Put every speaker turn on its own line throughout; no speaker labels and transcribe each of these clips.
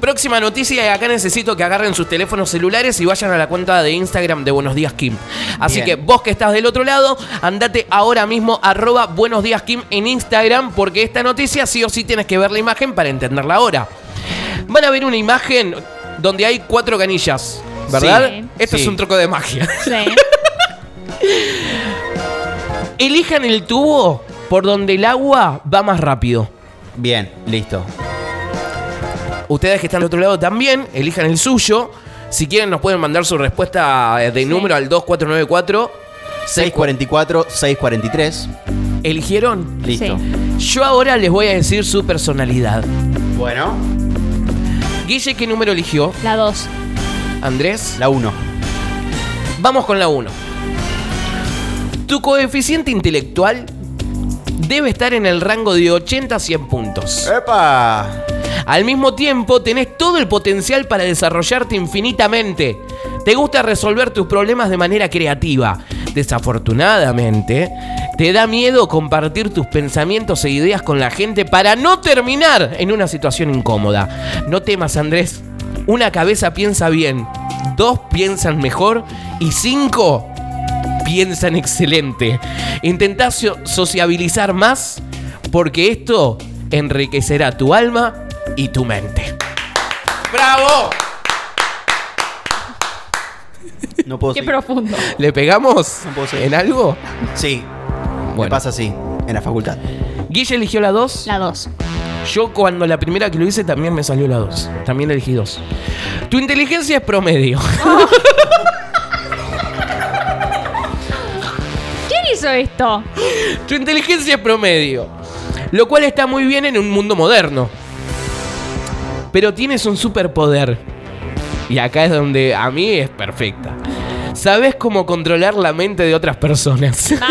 Próxima noticia, y acá necesito que agarren sus teléfonos celulares y vayan a la cuenta de Instagram de Buenos Días Kim. Así
Bien.
que vos que estás del otro lado, andate ahora mismo arroba Buenos Días Kim en Instagram porque esta noticia sí o sí tienes que ver la imagen para entenderla ahora. Van a ver una imagen donde hay cuatro canillas, ¿verdad?
Sí.
Esto
Sí.
es un truco de magia.
Sí.
Elijan el tubo por donde el agua va más rápido.
Bien, listo.
Ustedes que están del otro lado también, elijan el suyo. Si quieren nos pueden mandar su respuesta eh, de número al 2494 640.
644, 643.
¿Eligieron?
Listo.
Sí.
Yo ahora les voy a decir su personalidad.
Bueno.
Guille, ¿qué número eligió?
La 2.
Andrés.
La 1.
Vamos con la 1. Tu coeficiente intelectual debe estar en el rango de 80 a 100 puntos.
¡Epa!
Al mismo tiempo, tenés todo el potencial para desarrollarte infinitamente. Te gusta resolver tus problemas de manera creativa. Desafortunadamente, te da miedo compartir tus pensamientos e ideas con la gente para no terminar en una situación incómoda. No temas, Andrés. Una cabeza piensa bien, dos piensan mejor y cinco piensan excelente. Intentá so- sociabilizar más porque esto enriquecerá tu alma y tu mente. ¡Bravo!
No puedo
Qué
seguir.
profundo.
¿Le pegamos
No puedo seguir.
en algo?
Sí. Me
Bueno.
pasa así, en la facultad.
Guille eligió la 2.
La 2.
Yo cuando la primera que lo hice también me salió la 2. También elegí 2. Tu inteligencia es promedio.
¿Quién hizo esto?
tu inteligencia es promedio. Lo cual está muy bien en un mundo moderno. Pero tienes un superpoder. Y acá es donde a mí es perfecta. Sabes cómo controlar la mente de otras personas.
Mal.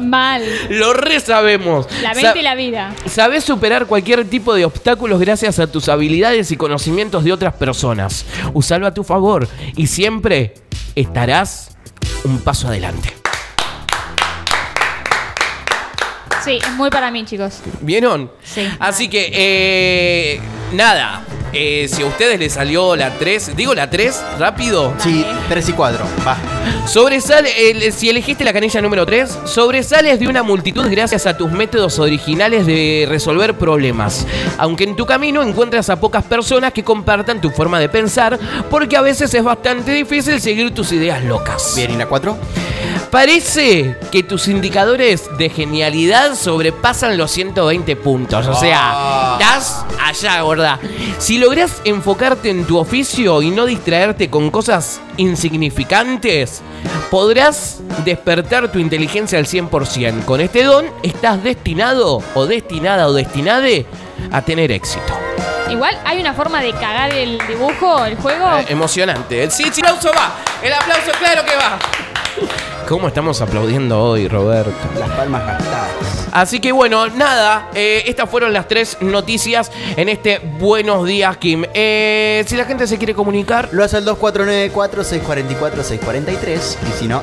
Mal.
Lo re sabemos.
La
Sa-
mente y la vida.
Sabés superar cualquier tipo de obstáculos gracias a tus habilidades y conocimientos de otras personas. Usalo a tu favor y siempre estarás un paso adelante.
Sí, es muy para mí, chicos.
¿Vieron?
Sí.
Así que, eh, nada. Eh, si a ustedes les salió la 3, digo la 3, rápido.
Sí, 3 y 4. Va.
Sobresale, el- si elegiste la canilla número 3, sobresales de una multitud gracias a tus métodos originales de resolver problemas. Aunque en tu camino encuentras a pocas personas que compartan tu forma de pensar, porque a veces es bastante difícil seguir tus ideas locas.
Bien, ¿y la 4?
Parece que tus indicadores de genialidad sobrepasan los 120 puntos. O sea,
Ah.
estás allá, gorda. Si logras enfocarte en tu oficio y no distraerte con cosas insignificantes, podrás despertar tu inteligencia al 100%. Con este don, estás destinado o destinada o destinade a tener éxito.
Igual hay una forma de cagar el dibujo, el juego.
Eh, emocionante. El sí, sí, aplauso va. El aplauso claro que va. ¿Cómo estamos aplaudiendo hoy, Roberto?
Las palmas gastadas.
Así que bueno, nada, eh, estas fueron las tres noticias en este Buenos Días, Kim. Eh, si la gente se quiere comunicar,
Lo hace el 2494-644-643. Y si no,